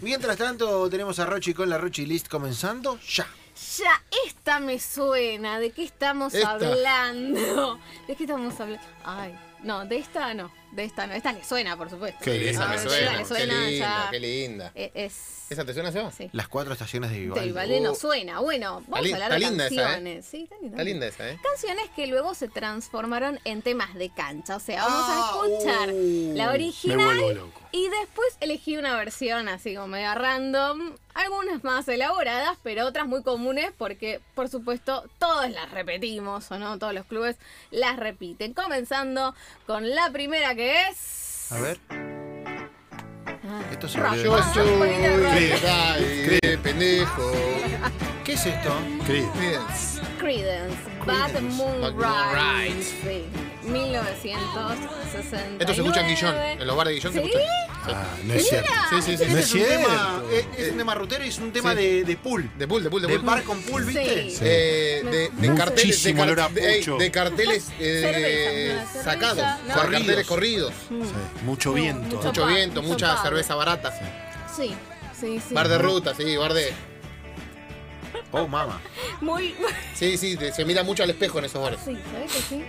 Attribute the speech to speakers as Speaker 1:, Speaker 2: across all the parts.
Speaker 1: Mientras tanto, tenemos a Rochi con la Rochi List comenzando ya.
Speaker 2: Ya, esta me suena. ¿De qué estamos
Speaker 3: Esta.
Speaker 2: hablando? ¿De qué estamos hablando? Ay, no, de esta no. De esta no. Esta le suena, por supuesto.
Speaker 3: Qué linda,
Speaker 2: Ah,
Speaker 3: me
Speaker 2: sí,
Speaker 3: suena.
Speaker 2: le suena,
Speaker 3: qué linda,
Speaker 2: ya.
Speaker 3: qué linda.
Speaker 2: Eh, Es.
Speaker 3: ¿Esa te suena, Seba?
Speaker 2: Sí.
Speaker 1: Las cuatro estaciones de
Speaker 2: De
Speaker 1: Vivaldi.
Speaker 2: Vivaldi no
Speaker 3: Oh.
Speaker 2: suena. Bueno, vamos
Speaker 3: lin-
Speaker 2: a hablar de
Speaker 3: está linda esa, ¿eh?
Speaker 2: canciones. Sí, está linda.
Speaker 3: Está linda esa, ¿eh?
Speaker 2: Canciones que luego se transformaron en temas de cancha. O sea, vamos
Speaker 1: Ah,
Speaker 2: a escuchar
Speaker 1: uh,
Speaker 2: la
Speaker 4: me
Speaker 2: original
Speaker 4: vuelvo loco.
Speaker 2: y después elegí una versión así como medio random. Algunas más elaboradas, pero otras muy comunes porque, por supuesto, todas las repetimos o no, todos los clubes las repiten. Comenzando con la primera que es...
Speaker 1: A ver. Esto se
Speaker 2: Rock.
Speaker 1: volvió-
Speaker 3: Yo
Speaker 2: Ah,
Speaker 3: soy
Speaker 2: Juanita Rodríguez.
Speaker 3: de de pendejo.
Speaker 1: ¿Qué es esto?
Speaker 4: Creed.
Speaker 3: Bien.
Speaker 2: Creedence, Bad
Speaker 3: Bad
Speaker 2: Moon
Speaker 3: Moon
Speaker 2: Rise. Sí, 1969.
Speaker 3: Esto se escucha en Guillón. En los bares de Guillón se
Speaker 2: ¿Sí?
Speaker 3: escucha.
Speaker 4: Ah, no es cierto.
Speaker 3: Sí, sí, sí.
Speaker 1: Este
Speaker 4: No
Speaker 3: sí.
Speaker 4: es
Speaker 1: un tema,
Speaker 4: cierto.
Speaker 1: es, es un tema rutero y es un tema
Speaker 3: Sí.
Speaker 1: de, de pool.
Speaker 3: De pool, de pool, de
Speaker 1: De
Speaker 3: pool.
Speaker 1: bar con pool, ¿viste?
Speaker 2: Sí.
Speaker 3: Eh, de, de
Speaker 4: Muchísimo
Speaker 3: carteles de,
Speaker 4: olor a
Speaker 3: ey,
Speaker 4: pucho.
Speaker 3: de carteles eh,
Speaker 2: Cerveza, cerveza,
Speaker 3: sacados,
Speaker 2: ¿no?
Speaker 3: con carteles corridos,
Speaker 4: Sí, Mucho viento.
Speaker 2: mucho
Speaker 3: mucho
Speaker 2: pan,
Speaker 3: viento,
Speaker 2: mucho
Speaker 3: mucha
Speaker 2: pan.
Speaker 3: cerveza barata,
Speaker 2: Sí, sí, sí.
Speaker 3: bar de ruta, sí, bar de,
Speaker 1: Oh, mama.
Speaker 2: Muy.
Speaker 3: sí, sí, de- se mira mucho al espejo en esos bares.
Speaker 2: Sí, ¿sabes que sí?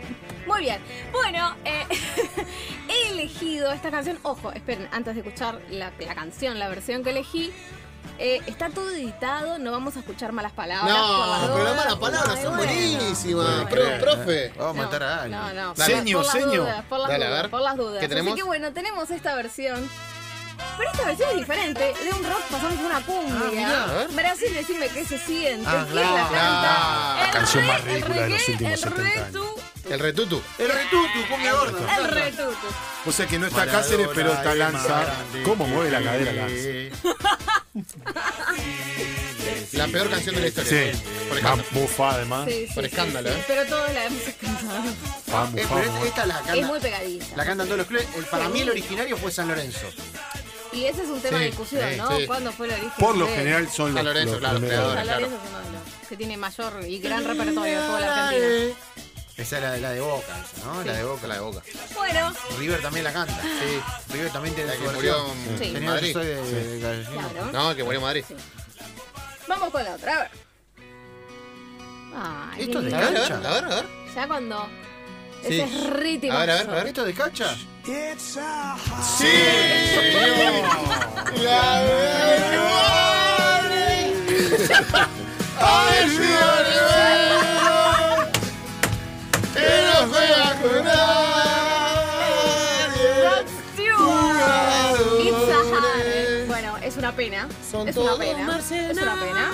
Speaker 2: Muy bien. Bueno, eh, he elegido esta canción. Ojo, esperen, antes de escuchar la, la canción, la versión que elegí. eh, está todo editado, no vamos a escuchar malas palabras. por
Speaker 3: No,
Speaker 2: la
Speaker 3: los
Speaker 2: duda.
Speaker 3: programas las palabras
Speaker 2: Ay,
Speaker 3: son
Speaker 2: bueno.
Speaker 3: buenísimas,
Speaker 1: Bueno,
Speaker 3: Ah, Pro-
Speaker 1: bueno. eh,
Speaker 3: profe.
Speaker 1: Vamos a matar a alguien.
Speaker 2: No, no,
Speaker 3: Dale.
Speaker 2: por-
Speaker 4: Seño,
Speaker 2: por, las
Speaker 4: seño.
Speaker 2: dudas, por las
Speaker 3: Dale, a
Speaker 2: dudas,
Speaker 3: ver.
Speaker 2: por las dudas.
Speaker 3: ¿Qué tenemos?
Speaker 2: Así que bueno, tenemos esta versión. Pero esta versión es diferente. De un rock pasamos a una cumbia.
Speaker 3: Ah, mirá, a ver.
Speaker 2: Brasil, decime qué se siente.
Speaker 1: Ah,
Speaker 2: ¿Quién la
Speaker 1: claro.
Speaker 2: canta?
Speaker 3: La
Speaker 2: El
Speaker 4: canción
Speaker 2: re,
Speaker 4: más ridícula de
Speaker 2: el
Speaker 4: los
Speaker 2: reggae,
Speaker 4: últimos
Speaker 2: el
Speaker 4: 70 años.
Speaker 2: retu,
Speaker 3: El retutu.
Speaker 1: El retutu, cumbia gorda.
Speaker 2: El retutu.
Speaker 4: O sea que no está Cáceres, pero está Lanza. ¿Cómo mueve la cadera Lanza?
Speaker 3: La peor canción de la historia.
Speaker 4: Sí.
Speaker 3: Por
Speaker 4: Va
Speaker 3: ejemplo.
Speaker 4: bufá además.
Speaker 2: Sí, sí,
Speaker 3: Ah, Por
Speaker 2: sí,
Speaker 3: escándalo,
Speaker 2: sí,
Speaker 3: ¿eh?
Speaker 2: Pero todos la hemos cantado.
Speaker 4: Vamos,
Speaker 1: Eh, pero
Speaker 4: vamos.
Speaker 1: esta la
Speaker 2: Es
Speaker 1: canta,
Speaker 2: muy pegadiza.
Speaker 1: la cantan todos los clubes. El- para mí el originario fue San Lorenzo.
Speaker 2: Y ese es un tema
Speaker 3: Sí,
Speaker 2: de discusión,
Speaker 3: sí,
Speaker 2: ¿no?
Speaker 3: sí.
Speaker 2: ¿Cuándo fue el origen?
Speaker 4: Por lo
Speaker 2: de-
Speaker 4: general son los,
Speaker 3: A Lorenzo,
Speaker 4: los
Speaker 3: claro,
Speaker 4: primeros.
Speaker 2: San
Speaker 3: creadores.
Speaker 2: Lorenzo es uno de los que tiene mayor y gran repertorio de toda la Argentina.
Speaker 1: Esa es la de, la de Boca, esa, ¿no? La de Boca.
Speaker 3: La de boca.
Speaker 2: Bueno,
Speaker 1: River también la canta.
Speaker 2: Ah.
Speaker 1: Sí. River también tiene
Speaker 3: La
Speaker 1: su
Speaker 3: que murió
Speaker 1: versión.
Speaker 3: en
Speaker 2: Sí.
Speaker 1: Tenía-
Speaker 3: Madrid.
Speaker 1: Yo soy de, de Gallecino.
Speaker 2: claro.
Speaker 3: No, que murió en Madrid.
Speaker 2: Vamos con la otra, a ver. Ay,
Speaker 1: Esto
Speaker 2: qué
Speaker 1: de
Speaker 3: A
Speaker 2: lindo.
Speaker 3: ver, a ver, a ver, a ver.
Speaker 2: Ya cuando.
Speaker 3: Sí.
Speaker 2: Ese es ritmo.
Speaker 3: A ver, a ver, a ver.
Speaker 1: ¿Esto de cacha?
Speaker 3: ¡Sí! ¡La de ¡Ay, Fiorello! ¡Que no juega con nadie!
Speaker 2: Bueno, es una pena.
Speaker 3: Son
Speaker 2: es una
Speaker 3: todos
Speaker 2: pena. Es una pena.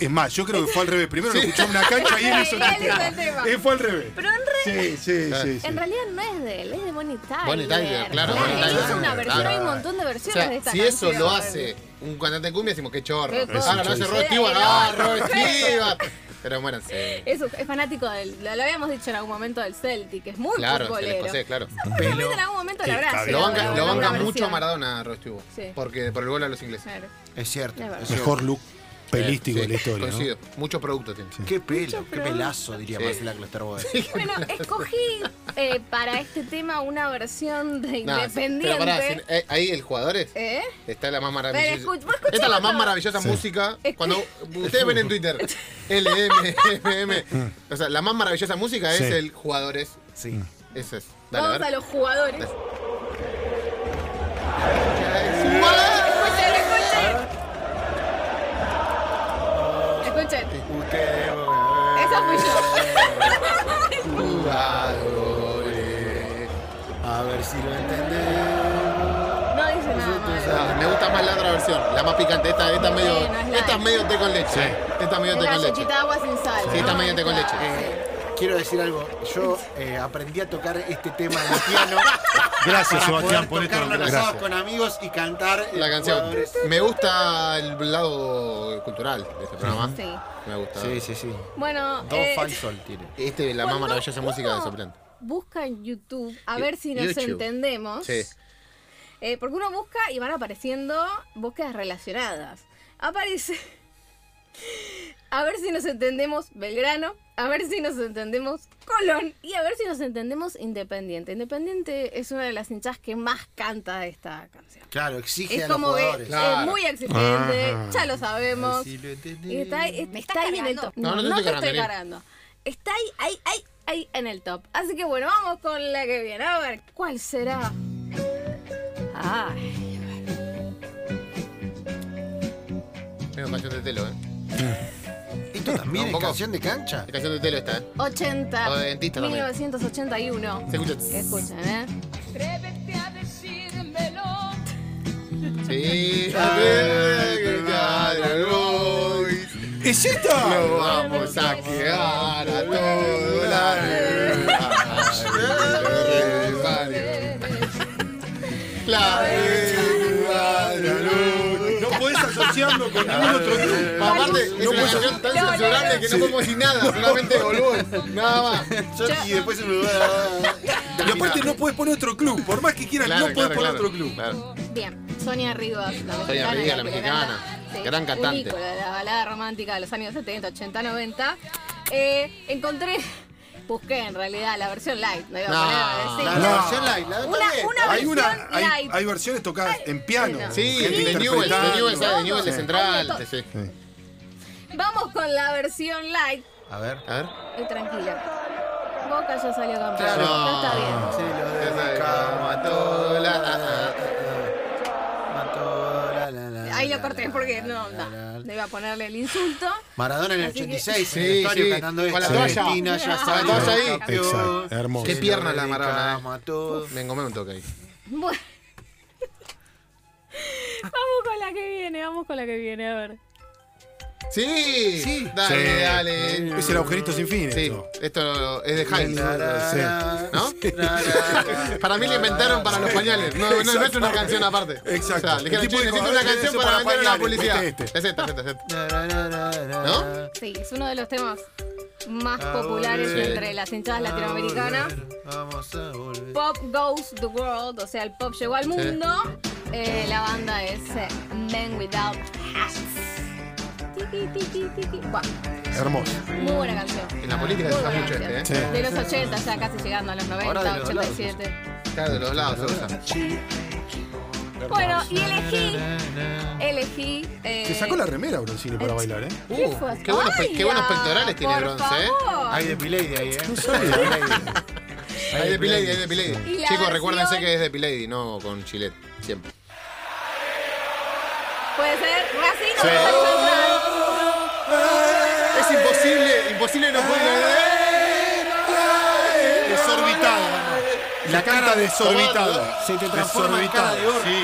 Speaker 4: Es más, yo creo que fue al revés. Primero lo
Speaker 3: Sí.
Speaker 4: escuchamos en la cancha y él hizo
Speaker 2: Él
Speaker 4: el
Speaker 2: hizo el
Speaker 4: tema.
Speaker 2: tema.
Speaker 4: Eh, Fue al revés.
Speaker 2: Pero en, re-
Speaker 4: Sí, sí, sí. sí.
Speaker 2: en realidad no es de él, es de Bonnie Tyler.
Speaker 3: Bonnie Tyler, claro,
Speaker 2: Claro,
Speaker 3: Bonnie
Speaker 2: él
Speaker 3: Tyler,
Speaker 2: hizo una versión,
Speaker 3: claro.
Speaker 2: hay un montón de
Speaker 3: O
Speaker 2: versiones de
Speaker 3: sea,
Speaker 2: esta
Speaker 3: si eso
Speaker 2: canción.
Speaker 3: lo hace un cantante de cumbia, decimos que chorro.
Speaker 2: Qué
Speaker 3: Ahora lo hace
Speaker 4: chorizo.
Speaker 3: Rod Stewart. ¡Ah, Rod Stewart! Pero muéranse.
Speaker 2: Es, es fanático del. Lo, lo habíamos dicho en algún momento del Celtic, es muy
Speaker 3: Claro, es el
Speaker 2: futbolero.
Speaker 3: escocés, claro.
Speaker 2: Seguramente en algún momento
Speaker 4: Sí,
Speaker 2: la habrá.
Speaker 3: Lo
Speaker 4: cabrón.
Speaker 2: llegado
Speaker 4: banca-
Speaker 2: a
Speaker 3: bancan
Speaker 4: lo
Speaker 2: alguna
Speaker 4: banca
Speaker 3: mucho
Speaker 2: versión.
Speaker 3: a Maradona, Rod Stewart.
Speaker 2: Sí.
Speaker 3: Porque, por el gol a los ingleses.
Speaker 2: Claro.
Speaker 1: Es cierto.
Speaker 2: Es verdad.
Speaker 1: es cierto.
Speaker 4: Mejor look pelístico
Speaker 3: Sí,
Speaker 4: de la historia. ¿no?
Speaker 3: Coincido. Muchos productos tiene.
Speaker 1: Qué pelo, qué pelazo, diría
Speaker 3: Sí.
Speaker 1: Marcela Closterboe.
Speaker 2: Bueno, escogí eh, para este tema una versión de
Speaker 3: No,
Speaker 2: Independiente.
Speaker 3: Pero pará, si- eh, ahí el jugador es.
Speaker 2: ¿Eh?
Speaker 3: Está la más
Speaker 2: Pero
Speaker 3: maravillosa.
Speaker 2: escu- vos escuchá
Speaker 3: Esta es la más
Speaker 2: cuando-
Speaker 3: maravillosa
Speaker 4: Sí.
Speaker 3: música.
Speaker 2: Escu-
Speaker 3: Cuando ustedes ven en Twitter, LM, MM. O sea, la más maravillosa música es
Speaker 4: Sí.
Speaker 3: el jugadores.
Speaker 1: Sí.
Speaker 3: Ese es.
Speaker 2: Vamos
Speaker 3: Dale,
Speaker 2: a
Speaker 3: a ver.
Speaker 2: los jugadores.
Speaker 3: Dale.
Speaker 2: Escuchen, escuchen. Escuchen. Esa fui yo.
Speaker 3: Jugadores.
Speaker 1: A ver si lo entendés.
Speaker 2: No dice nada malo.
Speaker 3: Ah, me gusta más la otra versión, la más picante. Esta, esta es medio,
Speaker 2: Sí, no es light.
Speaker 3: esta es medio té con leche. Esta es medio
Speaker 2: Es
Speaker 3: té
Speaker 2: la
Speaker 3: con leche.
Speaker 2: galletita de agua sin sal.
Speaker 3: Sí,
Speaker 2: ¿no?
Speaker 3: está medio té con
Speaker 2: Esta-
Speaker 3: leche.
Speaker 1: Quiero decir algo. Yo eh, aprendí a tocar este tema en el piano.
Speaker 4: Gracias,
Speaker 1: para poder
Speaker 4: Sebastián, por esto.
Speaker 1: tocarlo nosotros
Speaker 4: Gracias.
Speaker 1: con amigos y cantar eh,
Speaker 3: La canción.
Speaker 1: jugadores.
Speaker 3: Me gusta el lado cultural de este programa.
Speaker 2: Sí.
Speaker 3: Me gusta.
Speaker 1: Sí, sí, sí.
Speaker 2: Bueno,
Speaker 1: Dos
Speaker 2: eh,
Speaker 1: fans sol tiene.
Speaker 3: Este es la más
Speaker 2: cuando
Speaker 3: maravillosa música de
Speaker 2: uno
Speaker 3: Soplante.
Speaker 2: Busca en YouTube, a ver si nos
Speaker 3: YouTube.
Speaker 2: entendemos.
Speaker 3: Sí.
Speaker 2: Eh, porque uno busca y van apareciendo búsquedas relacionadas. Aparece A ver si nos entendemos Belgrano, a ver si nos entendemos Colón y a ver si nos entendemos Independiente. Independiente es una de las hinchas que más canta de esta canción.
Speaker 1: Claro, exige
Speaker 2: Es
Speaker 1: a los
Speaker 2: como que
Speaker 1: jugadores.
Speaker 2: es
Speaker 3: Claro.
Speaker 2: muy exigente,
Speaker 4: Ah.
Speaker 2: ya lo sabemos.
Speaker 3: Si lo entendés.
Speaker 2: Y está ahí,
Speaker 5: ¿Me
Speaker 2: está
Speaker 5: estás
Speaker 2: ahí en el
Speaker 5: cargando?
Speaker 2: top.
Speaker 3: No, no te
Speaker 2: te
Speaker 3: estoy
Speaker 2: estoy
Speaker 3: cargando,
Speaker 2: cargando. Está ahí, ahí, ahí, ahí en el top. Así que bueno, vamos con la que viene. A ver, ¿cuál será? Ay,
Speaker 3: Menos canción de telo, ¿eh?
Speaker 1: Esto también
Speaker 3: No, un
Speaker 1: es
Speaker 3: poco.
Speaker 1: canción de cancha.
Speaker 3: Es canción de telo esta, ¿eh?
Speaker 2: 80.
Speaker 3: O de dentista también.
Speaker 2: 1981.
Speaker 3: Se escucha.
Speaker 2: Escuchen, ¿eh?
Speaker 5: Atrévete a decírmelo.
Speaker 3: Sí.
Speaker 1: Ah.
Speaker 3: Lo
Speaker 4: ¿Es esta?
Speaker 3: vamos a quedar a toda la La
Speaker 4: No podés asociarlo con ningún otro grupo.
Speaker 3: Aparte, es una canción tan censurable que no podemos decir nada, solamente boludo. Nada más.
Speaker 1: Y después se lo da-
Speaker 4: Y aparte no podés poner otro club. Por más que quieras,
Speaker 3: Claro,
Speaker 4: no podés
Speaker 3: claro,
Speaker 4: poner
Speaker 3: claro.
Speaker 4: otro club.
Speaker 3: Claro.
Speaker 2: Bien, Sonia Rivas, la mexicana.
Speaker 3: Sonia Rivas, la
Speaker 2: que
Speaker 3: mexicana,
Speaker 2: canta,
Speaker 3: gran
Speaker 2: un
Speaker 3: cantante.
Speaker 2: ícono de la balada romántica de los años 70, 80, 90. Eh, encontré, busqué en realidad la versión live. No iba
Speaker 3: No,
Speaker 2: a poner
Speaker 1: La
Speaker 2: la
Speaker 1: la versión
Speaker 2: versión
Speaker 1: live, la
Speaker 2: Una-
Speaker 1: también.
Speaker 2: una-
Speaker 4: Hay, una,
Speaker 2: versión
Speaker 4: hay,
Speaker 2: live.
Speaker 4: hay versiones tocadas en piano.
Speaker 2: bueno.
Speaker 3: Sí,
Speaker 4: gente
Speaker 3: de Newell, de
Speaker 4: interpretando.
Speaker 3: Newell, ¿sabes? de Newell de
Speaker 4: Sí.
Speaker 3: Central. sí, sí.
Speaker 2: Vamos con la versión live.
Speaker 1: A ver.
Speaker 3: A ver.
Speaker 2: Eh, tranquila. Boca ya salió campeón.
Speaker 1: Claro.
Speaker 2: Ya está bien.
Speaker 1: Se lo
Speaker 3: dedicamos a toda la-
Speaker 2: Ahí lo corté porque no, no. No iba a ponerle el insulto.
Speaker 1: Maradona en el
Speaker 2: Así que-
Speaker 1: 86,
Speaker 3: Sí,
Speaker 1: en el estadio
Speaker 3: sí,
Speaker 1: cantando
Speaker 3: con la
Speaker 1: esto.
Speaker 3: toalla.
Speaker 1: Argentina ya
Speaker 2: Con
Speaker 3: la
Speaker 1: salió
Speaker 3: toalla ahí.
Speaker 1: campeón.
Speaker 4: Exacto, hermoso.
Speaker 3: Qué
Speaker 1: Se
Speaker 3: pierna
Speaker 1: lo
Speaker 3: la Maradona,
Speaker 1: dedicamos a todos.
Speaker 3: Me engomé un toque ahí.
Speaker 2: Bueno. vamos con la que viene, vamos con la que viene, a ver.
Speaker 3: Sí,
Speaker 1: Sí.
Speaker 3: dale,
Speaker 4: Sí.
Speaker 3: dale.
Speaker 4: Es el agujerito sin fin.
Speaker 3: Sí,
Speaker 4: esto.
Speaker 3: esto es de Hyde.
Speaker 1: Tarara,
Speaker 3: ¿No?
Speaker 1: tarara.
Speaker 3: Para mí lo inventaron para los pañales. No, no, no es una canción aparte.
Speaker 4: Exacto.
Speaker 3: O sea, le dijeron,
Speaker 4: El tipo
Speaker 3: "Che,
Speaker 4: dijo,
Speaker 3: necesito
Speaker 4: "Ah,
Speaker 3: una
Speaker 4: tenés
Speaker 3: canción
Speaker 4: eso
Speaker 3: para
Speaker 4: para
Speaker 3: vender a la
Speaker 4: pañales,
Speaker 3: publicidad.
Speaker 4: metete este.
Speaker 3: Es esta, es esta, es esta.
Speaker 1: ¿No?
Speaker 2: Sí, es uno de los temas más
Speaker 3: Ah,
Speaker 2: populares
Speaker 3: Sí.
Speaker 2: entre las hinchadas
Speaker 3: Ah,
Speaker 2: latinoamericanas.
Speaker 1: Vamos a volver.
Speaker 2: Pop goes the world, o sea, el pop llegó al mundo. Eh, la banda es eh, Men Without Hats. Tiki, tiki, tiki. Buah,
Speaker 4: Hermoso.
Speaker 2: muy buena canción.
Speaker 3: En la política
Speaker 2: Muy
Speaker 3: se usa
Speaker 2: buena
Speaker 3: mucho
Speaker 2: canción.
Speaker 3: este,
Speaker 4: ¿eh?
Speaker 2: De los 80, ya casi llegando a los 90,
Speaker 1: Ahora de los lados,
Speaker 2: 87.
Speaker 3: ¿eh? Claro, de los lados se usa.
Speaker 2: Bueno, y elegí, elegí. eh,
Speaker 4: Se sacó la remera, Broncini, para bailar, ¿eh?
Speaker 2: ¿Qué
Speaker 3: Uh,
Speaker 2: fue?
Speaker 3: qué, buenos, pe- qué buenos
Speaker 2: Ay, ah,
Speaker 3: pectorales tiene
Speaker 2: por
Speaker 3: bronce, ¿eh?
Speaker 2: favor.
Speaker 1: Hay de Milady ahí, ¿eh?
Speaker 3: Hay de Pilady, hay de
Speaker 2: Y
Speaker 3: Pilady.
Speaker 2: la
Speaker 3: Chicos, recuérdense
Speaker 2: versión-
Speaker 3: que es de Pilady, no con Chilet. Siempre.
Speaker 2: Puede ser Racing o Rosario Central.
Speaker 3: Es imposible, imposible no poder.
Speaker 4: Desorbitada. La cara desorbitada.
Speaker 1: Se te transforma en cara de oro.
Speaker 4: Sí,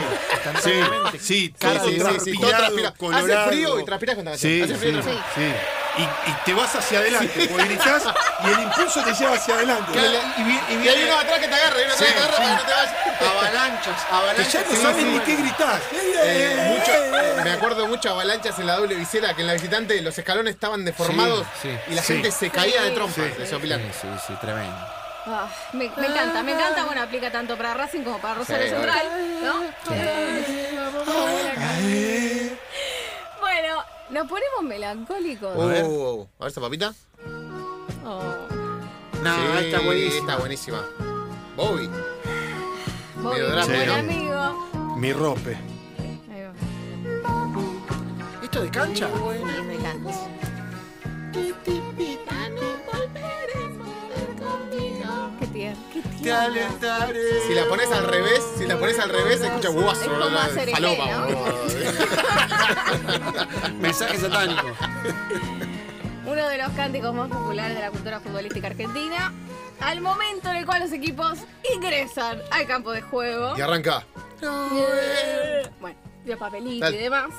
Speaker 4: sí, sí,
Speaker 3: Cara
Speaker 4: todo
Speaker 3: de oro. Sí, sí, todo
Speaker 4: transpirado,
Speaker 3: transpira.
Speaker 4: colorado.
Speaker 3: Hace frío y transpiras con esta canción.
Speaker 4: Sí,
Speaker 3: Hace frío y
Speaker 4: sí,
Speaker 3: transpiras.
Speaker 4: sí. Y, y te vas hacia adelante, porque gritás y el impulso te lleva hacia adelante.
Speaker 3: Claro, y, vi- y vi- y hay uno atrás que te agarra, hay uno atrás que te agarra para que no te vayas. Ah,
Speaker 1: Avalanchas,
Speaker 4: Que
Speaker 1: avalanchas.
Speaker 4: ya no
Speaker 1: Sí,
Speaker 4: sabes
Speaker 1: sí.
Speaker 4: ni qué gritás.
Speaker 3: Eh, mucho- eh, me acuerdo mucho avalanchas en la doble visera, que en la visitante los escalones estaban deformados
Speaker 1: Sí, sí,
Speaker 3: y la
Speaker 4: sí.
Speaker 3: gente se caía de
Speaker 2: Sí.
Speaker 3: trompas. de
Speaker 1: Sí,
Speaker 3: Sopilán.
Speaker 1: sí, sí, tremendo.
Speaker 2: Ah, me, me encanta, me encanta. Bueno, aplica tanto para Racing como para Rosario
Speaker 3: Sí,
Speaker 2: Central, ¿no? Bueno, nos ponemos melancólicos.
Speaker 3: Uh, a, ver.
Speaker 1: ver.
Speaker 3: esta papita.
Speaker 2: Oh,
Speaker 1: No,
Speaker 3: Sí,
Speaker 1: está
Speaker 3: Está
Speaker 1: buenísimo.
Speaker 3: buenísima. Bobby.
Speaker 2: Bobby,
Speaker 3: Medio
Speaker 2: un
Speaker 3: drama,
Speaker 2: buen
Speaker 4: ¿no?
Speaker 2: amigo.
Speaker 4: Mi rope.
Speaker 2: Ahí va.
Speaker 1: ¿Esto de cancha?
Speaker 2: Sí, me encanta. Qué tierno. Qué
Speaker 1: Te
Speaker 2: tierno.
Speaker 1: alentaré.
Speaker 3: Si la pones al revés, si la pones al revés, se escucha guaso.
Speaker 2: Es como
Speaker 3: la-
Speaker 2: hacer el
Speaker 3: falopa,
Speaker 2: ¿no?
Speaker 3: boludo.
Speaker 1: Mensaje satánico.
Speaker 2: Uno de los cánticos más populares de la cultura futbolística argentina. Al momento en el cual los equipos ingresan al campo de juego.
Speaker 3: Y arranca.
Speaker 2: Bueno, de papelito
Speaker 3: Dale.
Speaker 2: y demás.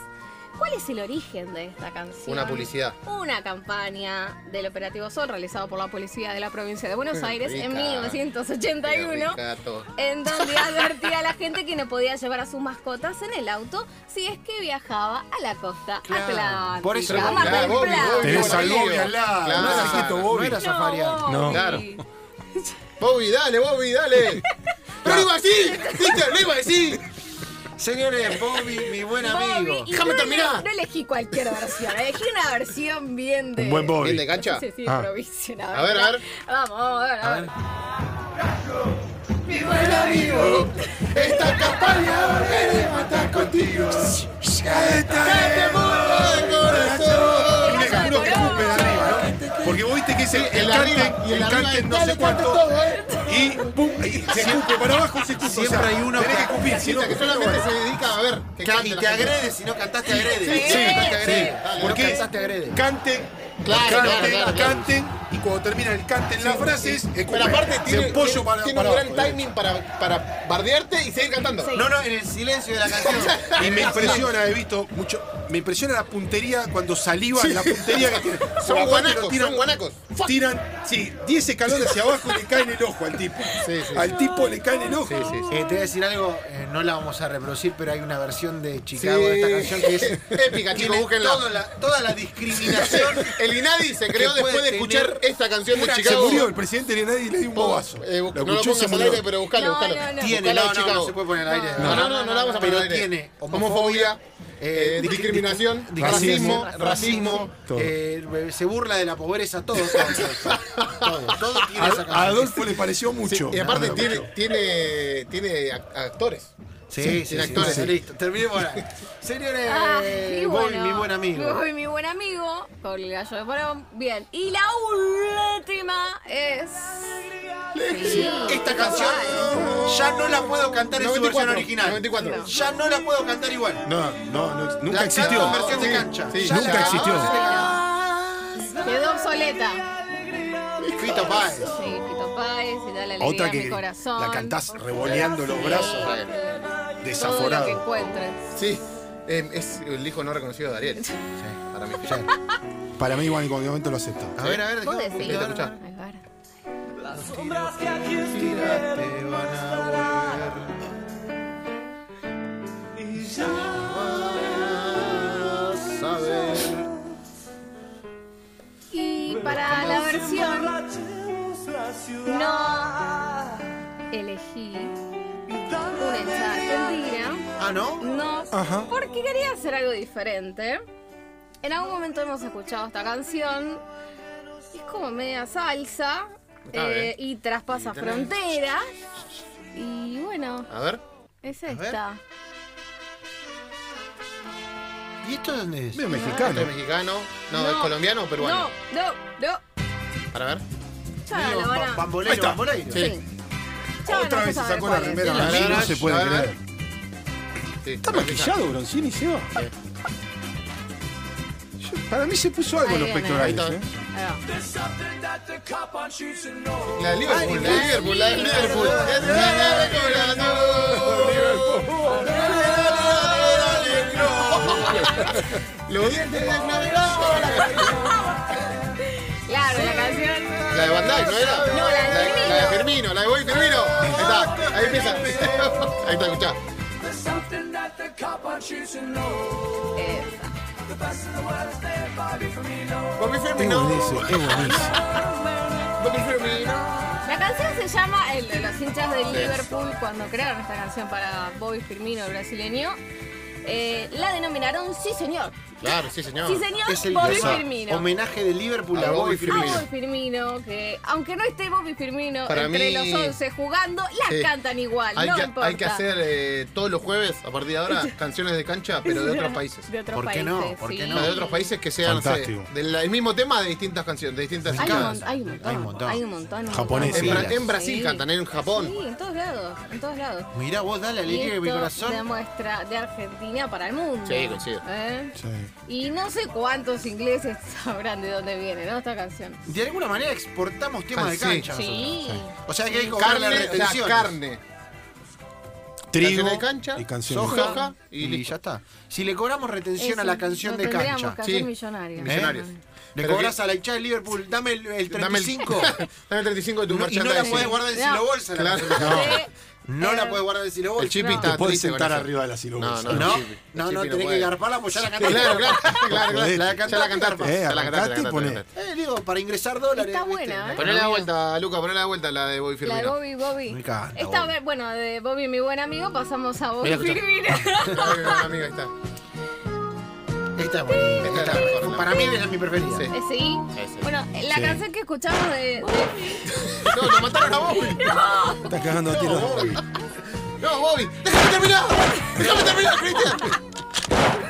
Speaker 2: ¿Cuál es el origen de esta canción?
Speaker 3: Una publicidad.
Speaker 2: Una campaña del Operativo Sol realizado por la policía de la provincia de Buenos
Speaker 3: Qué
Speaker 2: Aires en
Speaker 3: rica. Qué
Speaker 2: 1981.
Speaker 3: ricato.
Speaker 2: en donde advertía a la gente que no podía llevar a sus mascotas en el auto si es que viajaba a la costa
Speaker 1: Claro.
Speaker 2: atlántica.
Speaker 1: Por eso,
Speaker 2: a Mar
Speaker 1: claro,
Speaker 2: del
Speaker 1: Bobby,
Speaker 2: Plata.
Speaker 1: Bobby,
Speaker 4: Tenés al Bobby al lado.
Speaker 3: Claro.
Speaker 4: No era Jito Bobby.
Speaker 1: No era
Speaker 2: No,
Speaker 1: Zafarian.
Speaker 2: Bobby.
Speaker 4: No.
Speaker 3: Claro. Bobby, dale, Bobby, dale. No lo iba así. Viste, lo iba así.
Speaker 1: Señores, Bobby, mi buen
Speaker 2: Bobby,
Speaker 1: amigo.
Speaker 2: y
Speaker 3: Déjame
Speaker 2: no,
Speaker 3: terminar.
Speaker 2: No elegí cualquier versión, elegí una versión bien de.
Speaker 4: Un buen Bobby.
Speaker 3: ¿Bien de cancha?
Speaker 2: No sé si de
Speaker 4: Ah.
Speaker 2: provincia, la
Speaker 3: A ver, a
Speaker 2: verdad.
Speaker 3: ver.
Speaker 2: Vamos, vamos, a ver, a
Speaker 1: A
Speaker 2: ver.
Speaker 1: ver.
Speaker 2: Mi buen amigo.
Speaker 3: Esta campaña ahora es de matar contigo. Cállate, morra de corazón.
Speaker 4: Y me juro que fue de arriba, ¿no? Porque vos viste que es el,
Speaker 3: El
Speaker 4: el
Speaker 3: arriba,
Speaker 4: canten,
Speaker 3: y el
Speaker 4: el
Speaker 3: arriba
Speaker 4: canten
Speaker 3: es,
Speaker 4: no
Speaker 3: dale,
Speaker 4: sé cuánto.
Speaker 3: cante todo, ¿eh?
Speaker 4: Y pum, y se escupe para abajo, se escupe.
Speaker 1: Siempre
Speaker 4: o sea,
Speaker 1: hay uno
Speaker 4: tenés que
Speaker 1: que-
Speaker 4: escupir, si no,
Speaker 3: Cita que solamente se dedica a ver. que cante
Speaker 1: Y
Speaker 3: la
Speaker 1: te
Speaker 3: gente.
Speaker 1: agrede, si no cantaste agrede.
Speaker 2: Sí,
Speaker 1: Si no cantaste,
Speaker 2: sí,
Speaker 1: agrede.
Speaker 3: dale,
Speaker 1: ¿Por
Speaker 4: no
Speaker 1: qué?
Speaker 4: cantaste,
Speaker 1: Cantaste agrede.
Speaker 4: Canten,
Speaker 3: Claro,
Speaker 4: canten,
Speaker 3: claro, claro, claro.
Speaker 4: canten. Y cuando termina el canten las frases, escupen.
Speaker 3: Pero aparte
Speaker 4: Se
Speaker 3: tiene,
Speaker 4: pollo
Speaker 3: tiene-
Speaker 4: para-
Speaker 3: tiene
Speaker 4: para
Speaker 3: un
Speaker 4: abajo, ¿eh?
Speaker 3: gran timing para, para bardearte y seguir cantando.
Speaker 2: Sí.
Speaker 1: No, no, en el silencio de la canción.
Speaker 4: Y me impresiona, he visto mucho. Me impresiona la puntería cuando saliva, la puntería que tiene.
Speaker 3: Son
Speaker 4: Aparte
Speaker 3: guanacos,
Speaker 4: lo tiran-
Speaker 3: son guanacos.
Speaker 4: Tiran, sí, 10 escalones hacia abajo y le cae en el ojo al tipo.
Speaker 3: Sí, sí.
Speaker 4: Al tipo le cae en el ojo.
Speaker 1: Eh, te voy a decir algo, eh, no la vamos a reproducir, pero hay una versión de Chicago de esta canción que es
Speaker 3: épica, chicos,
Speaker 1: tiene todo
Speaker 3: búsquenla.
Speaker 1: la- toda la discriminación.
Speaker 3: El Inadi se creó
Speaker 1: Que puede
Speaker 3: después de escuchar
Speaker 1: tener
Speaker 3: esta canción de
Speaker 1: una-
Speaker 4: Se
Speaker 3: Chicago.
Speaker 4: murió el presidente de nadie y le dio un bobazo.
Speaker 3: Eh, bu-
Speaker 4: Lo
Speaker 3: no lo
Speaker 4: escuchó y
Speaker 3: pongas
Speaker 4: se
Speaker 3: al
Speaker 4: murió.
Speaker 3: aire, pero buscalo,
Speaker 2: No,
Speaker 3: buscalo.
Speaker 2: no,
Speaker 1: tiene,
Speaker 2: no.
Speaker 3: Buscalo de
Speaker 1: no, no, no
Speaker 3: Chicago.
Speaker 1: se puede poner al aire.
Speaker 3: No, no, no, no la vamos a poner
Speaker 1: Pero
Speaker 3: al aire.
Speaker 1: tiene
Speaker 3: homofobia,
Speaker 1: homofobia,
Speaker 3: eh,
Speaker 1: eh, dis-
Speaker 3: discriminación,
Speaker 1: dis-
Speaker 3: racismo,
Speaker 1: racismo,
Speaker 3: racismo.
Speaker 4: todo.
Speaker 1: eh, se burla de la pobreza, todo, todo, todo, todo, todo tiene esa
Speaker 4: A, a
Speaker 1: canción.
Speaker 4: Adolfo le pareció mucho.
Speaker 3: Y aparte
Speaker 4: No, no,
Speaker 3: tiene,
Speaker 4: mucho.
Speaker 3: tiene, tiene act- actores.
Speaker 1: Sí, sí, sí,
Speaker 3: tiene actores.
Speaker 1: sí, listo, terminemos ahora. Señores,
Speaker 2: Ah, y
Speaker 1: Bobby,
Speaker 2: bueno,
Speaker 1: mi buen amigo.
Speaker 2: Bobby, mi buen amigo. Con el gallo de parón. Bien. Y la última es.
Speaker 1: Esta canción ya no la puedo cantar en su
Speaker 3: 94,
Speaker 1: versión original.
Speaker 3: 94.
Speaker 1: Ya no la puedo cantar igual.
Speaker 4: No, no, no, nunca
Speaker 1: La
Speaker 4: existió.
Speaker 1: canto en versión de cancha.
Speaker 3: sí,
Speaker 1: Ya
Speaker 4: nunca
Speaker 1: la canto
Speaker 4: existió.
Speaker 1: en versión de cancha.
Speaker 2: Ah, Quedó obsoleta.
Speaker 1: Fito Páez.
Speaker 2: Sí, Pito Páez y dale alegría
Speaker 4: Otra
Speaker 2: a mi
Speaker 4: que
Speaker 2: corazón.
Speaker 4: la cantás revoleando los brazos.
Speaker 2: Todo lo que
Speaker 4: Desaforado.
Speaker 2: encuentres.
Speaker 3: Sí, eh, es el hijo no reconocido de Ariel. Para mí.
Speaker 4: Para mí, igual en cualquier momento lo acepto.
Speaker 1: A ver, a ver,
Speaker 2: ¿Vos
Speaker 1: dejá-
Speaker 2: decís?
Speaker 1: dejá-
Speaker 3: escuchá.
Speaker 2: Ahí va.
Speaker 1: Tiraste, van a volver. Y ya vas a ver.
Speaker 2: Y para la versión no elegí una ensalada argentina,
Speaker 1: Ah, ¿no?
Speaker 2: no,
Speaker 4: Ajá.
Speaker 2: porque quería hacer algo diferente. En algún momento hemos escuchado esta canción, y es como media salsa
Speaker 3: Está
Speaker 2: eh, y traspasa fronteras. Y bueno,
Speaker 3: A ver. este
Speaker 2: es
Speaker 1: ver.
Speaker 2: esta.
Speaker 1: ¿Y esto dónde es?
Speaker 4: Medio
Speaker 3: ¿Esto
Speaker 4: mexicano.
Speaker 3: es mexicano? No, ¿es colombiano o peruano?
Speaker 2: No, no, no.
Speaker 3: Para ver.
Speaker 2: Ya la
Speaker 1: Medio
Speaker 2: van a-
Speaker 1: ba- Bambolero,
Speaker 4: Ahí está.
Speaker 1: bambolero.
Speaker 3: Sí.
Speaker 2: sí. Ya van a
Speaker 4: Otra vez
Speaker 2: empezar
Speaker 4: se
Speaker 2: a
Speaker 4: sacó
Speaker 2: ver cuál
Speaker 4: la
Speaker 2: es.
Speaker 4: remera.
Speaker 2: Sí,
Speaker 3: A ver,
Speaker 4: No
Speaker 3: a ver,
Speaker 4: se puede
Speaker 3: a ver, a
Speaker 4: creer.
Speaker 3: ver. Sí,
Speaker 4: Está
Speaker 3: para empezar.
Speaker 4: maquillado, Broncini, se va. Yo- Para mí se puso algo en los
Speaker 2: Ahí viene.
Speaker 4: pectorales.
Speaker 3: Ahí
Speaker 4: ¿eh?
Speaker 3: está.
Speaker 2: Ahí va.
Speaker 3: La de Liverpool, la de Liverpool, la de Liverpool. Es la de Liverpool. Los dientes de Navidad.
Speaker 2: Claro, la canción.
Speaker 3: La de Van Dyke, ¿no era?
Speaker 2: No, la de
Speaker 3: la, la de Firmino, la de Boy Firmino. Ahí está, ahí empieza. Ahí está, escuchá.
Speaker 4: ¿eh?
Speaker 3: Bobby
Speaker 4: Es
Speaker 3: Firmino.
Speaker 4: buenísimo, es buenísimo.
Speaker 3: Bobby Firmino.
Speaker 2: La canción se llama el de los hinchas del Liverpool cuando crearon esta canción para Bobby Firmino, el brasileño. eh, la denominaron Sí Señor.
Speaker 3: Claro, sí, señor.
Speaker 2: Sí Señor,
Speaker 1: Es el
Speaker 2: Bobby
Speaker 1: o sea,
Speaker 2: Firmino.
Speaker 1: homenaje de Liverpool
Speaker 3: A
Speaker 1: a Bobby
Speaker 3: Bobby
Speaker 2: A
Speaker 1: Firmino.
Speaker 2: Bobby Firmino, que aunque no esté Bobby Firmino
Speaker 3: Para
Speaker 2: entre
Speaker 3: mí-
Speaker 2: los 11 jugando, las
Speaker 3: Sí.
Speaker 2: cantan igual,
Speaker 3: Hay,
Speaker 2: no
Speaker 3: que,
Speaker 2: importa.
Speaker 3: hay que hacer eh, todos los jueves, a partir de ahora, canciones de cancha, pero de otros países.
Speaker 2: De otros
Speaker 1: ¿Por qué
Speaker 2: países,
Speaker 1: no? ¿Por qué
Speaker 2: sí.
Speaker 1: no?
Speaker 3: O sea, de otros países que sean no sé,
Speaker 4: Fantástico.
Speaker 3: del el mismo tema de distintas canciones, de distintas
Speaker 2: Hay un,
Speaker 3: décadas.
Speaker 2: mon- hay un montón, hay un montón, hay un montón.
Speaker 4: Japoneses.
Speaker 3: En, Bra- en
Speaker 2: Sí.
Speaker 3: Brasil cantan, en Japón.
Speaker 2: Sí, en todos lados, en todos lados.
Speaker 1: Mirá vos, dale
Speaker 2: Y
Speaker 1: alegría de mi
Speaker 2: esto
Speaker 1: corazón.
Speaker 2: demuestra de Argentina para el mundo.
Speaker 3: Sí, coincido.
Speaker 2: ¿Eh?
Speaker 4: Sí.
Speaker 2: Y no sé cuántos ingleses sabrán de dónde viene, ¿no? Esta canción.
Speaker 1: De alguna manera exportamos temas de
Speaker 3: Sí.
Speaker 1: cancha.
Speaker 2: Sí.
Speaker 1: nosotros. O sea que hay que cobrar la
Speaker 3: Carne, o sea,
Speaker 1: retención.
Speaker 3: carne.
Speaker 4: Trigo
Speaker 3: Canciones de cancha,
Speaker 4: y canciones.
Speaker 3: soja, y,
Speaker 1: Y,
Speaker 3: listo.
Speaker 1: ya está. Si le cobramos retención
Speaker 2: Eso,
Speaker 1: a la canción
Speaker 2: nos
Speaker 1: de
Speaker 2: tendríamos
Speaker 1: cancha,
Speaker 2: que
Speaker 3: Sí.
Speaker 2: hacer millonarios.
Speaker 3: Millonarios.
Speaker 2: ¿Eh?
Speaker 1: le
Speaker 3: Pero
Speaker 1: cobras
Speaker 3: que-
Speaker 1: a la hinchada de Liverpool, dame el, el
Speaker 3: Dame el
Speaker 1: 35
Speaker 3: Dame el 35 de tu
Speaker 1: No, y no
Speaker 3: merchandising.
Speaker 1: la podés guardar en
Speaker 2: No.
Speaker 1: la bolsa. la
Speaker 3: Claro.
Speaker 1: canción.
Speaker 2: Sí.
Speaker 1: No
Speaker 2: Eh,
Speaker 1: la puedes guardar de silbo.
Speaker 3: El chipi
Speaker 2: No.
Speaker 3: está
Speaker 4: Te podés
Speaker 3: Ah, triste con
Speaker 4: sentar
Speaker 3: eso.
Speaker 4: arriba de la silueta. Eh,
Speaker 1: No,
Speaker 3: No, el
Speaker 1: no,
Speaker 3: chipi. El
Speaker 1: no,
Speaker 3: chipi no
Speaker 1: tenés que
Speaker 3: puede.
Speaker 1: garparla, pues ya la
Speaker 3: Claro,
Speaker 1: cantaste.
Speaker 3: claro, claro, claro,
Speaker 4: Ponete.
Speaker 3: la, can- ya la cantaste.
Speaker 4: Eh,
Speaker 3: ya la
Speaker 4: arrancate y
Speaker 3: cantaste, la
Speaker 4: poné.
Speaker 3: cantaste.
Speaker 1: Eh, digo, para ingresar dólares.
Speaker 2: Está
Speaker 1: ¿viste?
Speaker 2: buena, ¿eh?
Speaker 3: Ponele la vuelta, Luca, ponele la vuelta la de Bobby
Speaker 2: La de
Speaker 3: Firmino.
Speaker 2: Bobby, Bobby.
Speaker 1: Me encanta,
Speaker 2: Esta
Speaker 1: Bobby. Mm.
Speaker 2: vez, bueno, de Bobby, mi buen amigo, pasamos a Bobby
Speaker 3: Mira, escucha.
Speaker 2: Firmino.
Speaker 3: Bobby, un amigo, ahí está.
Speaker 1: Esta es buena.
Speaker 3: Esta es la mejor, la
Speaker 1: Para mí es mi preferida.
Speaker 3: Sí.
Speaker 2: Eh, Sí.
Speaker 3: sí.
Speaker 2: Bueno, la
Speaker 4: Sí.
Speaker 2: canción que escuchamos de. de-
Speaker 3: No, lo mataron a Bobby.
Speaker 4: Está cagando a tiro.
Speaker 3: No, Bobby, déjame terminar. Déjame terminar, Cristian.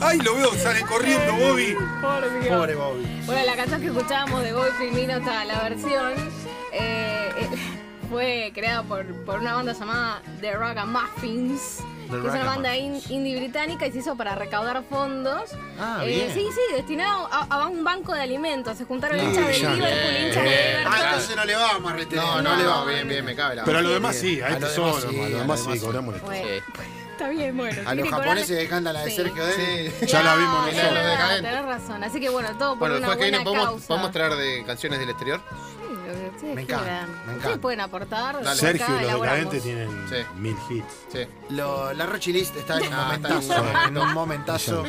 Speaker 4: ¡Ay, lo veo! Sale corriendo, Bobby.
Speaker 2: Por Dios.
Speaker 1: Pobre Bobby.
Speaker 2: Bueno, la canción que escuchábamos de Bobby Firmino, está la versión, eh, eh, fue creada por, por una banda llamada The Ragamuffins, que es una banda in- indie británica y se hizo para recaudar fondos.
Speaker 1: Ah,
Speaker 2: Eh,
Speaker 1: bien.
Speaker 2: Sí, sí, destinado a, a un banco de alimentos. Se juntaron hinchas de
Speaker 4: brillante.
Speaker 2: Liverpool, hinchas de
Speaker 3: Bien.
Speaker 1: Ah,
Speaker 2: Everton.
Speaker 1: entonces no le va a Marrete.
Speaker 3: No, no le va.
Speaker 2: no,
Speaker 3: Bien,
Speaker 2: no.
Speaker 3: bien, me cabe la.
Speaker 4: Pero a lo demás sí, a
Speaker 1: A
Speaker 4: este
Speaker 1: lo
Speaker 4: solo.
Speaker 1: demás
Speaker 4: A
Speaker 1: sí,
Speaker 4: lo
Speaker 1: a lo
Speaker 4: demás sí,
Speaker 1: demás sí.
Speaker 4: cobramos esto.
Speaker 2: Bueno,
Speaker 3: Sí.
Speaker 2: Está bien, bueno.
Speaker 1: Ah, A
Speaker 2: tiene
Speaker 1: los
Speaker 2: que
Speaker 1: japoneses
Speaker 2: cobrarle-
Speaker 1: que cantan la de
Speaker 2: Sí.
Speaker 1: Sergio Dennis.
Speaker 3: Sí.
Speaker 4: Ya la vimos
Speaker 2: Es
Speaker 3: nosotros,
Speaker 2: verdad,
Speaker 3: decadente.
Speaker 2: Tenés razón, así que bueno, todo por
Speaker 3: Bueno,
Speaker 2: una
Speaker 3: después que
Speaker 2: buena
Speaker 3: viene podemos,
Speaker 2: causa.
Speaker 3: podemos traer de canciones del exterior.
Speaker 2: Sí, lo que ustedes
Speaker 1: Me encanta,
Speaker 2: quieran.
Speaker 1: me
Speaker 2: Ustedes
Speaker 1: encanta.
Speaker 2: pueden aportar. acá
Speaker 4: Sergio y los
Speaker 2: elaboramos.
Speaker 4: decadentes tienen
Speaker 3: Sí.
Speaker 4: mil hits.
Speaker 3: Sí.
Speaker 1: Lo- la Rochilist está en un
Speaker 3: Ah, está
Speaker 1: momentazo.
Speaker 4: bien.
Speaker 1: En un momentazo.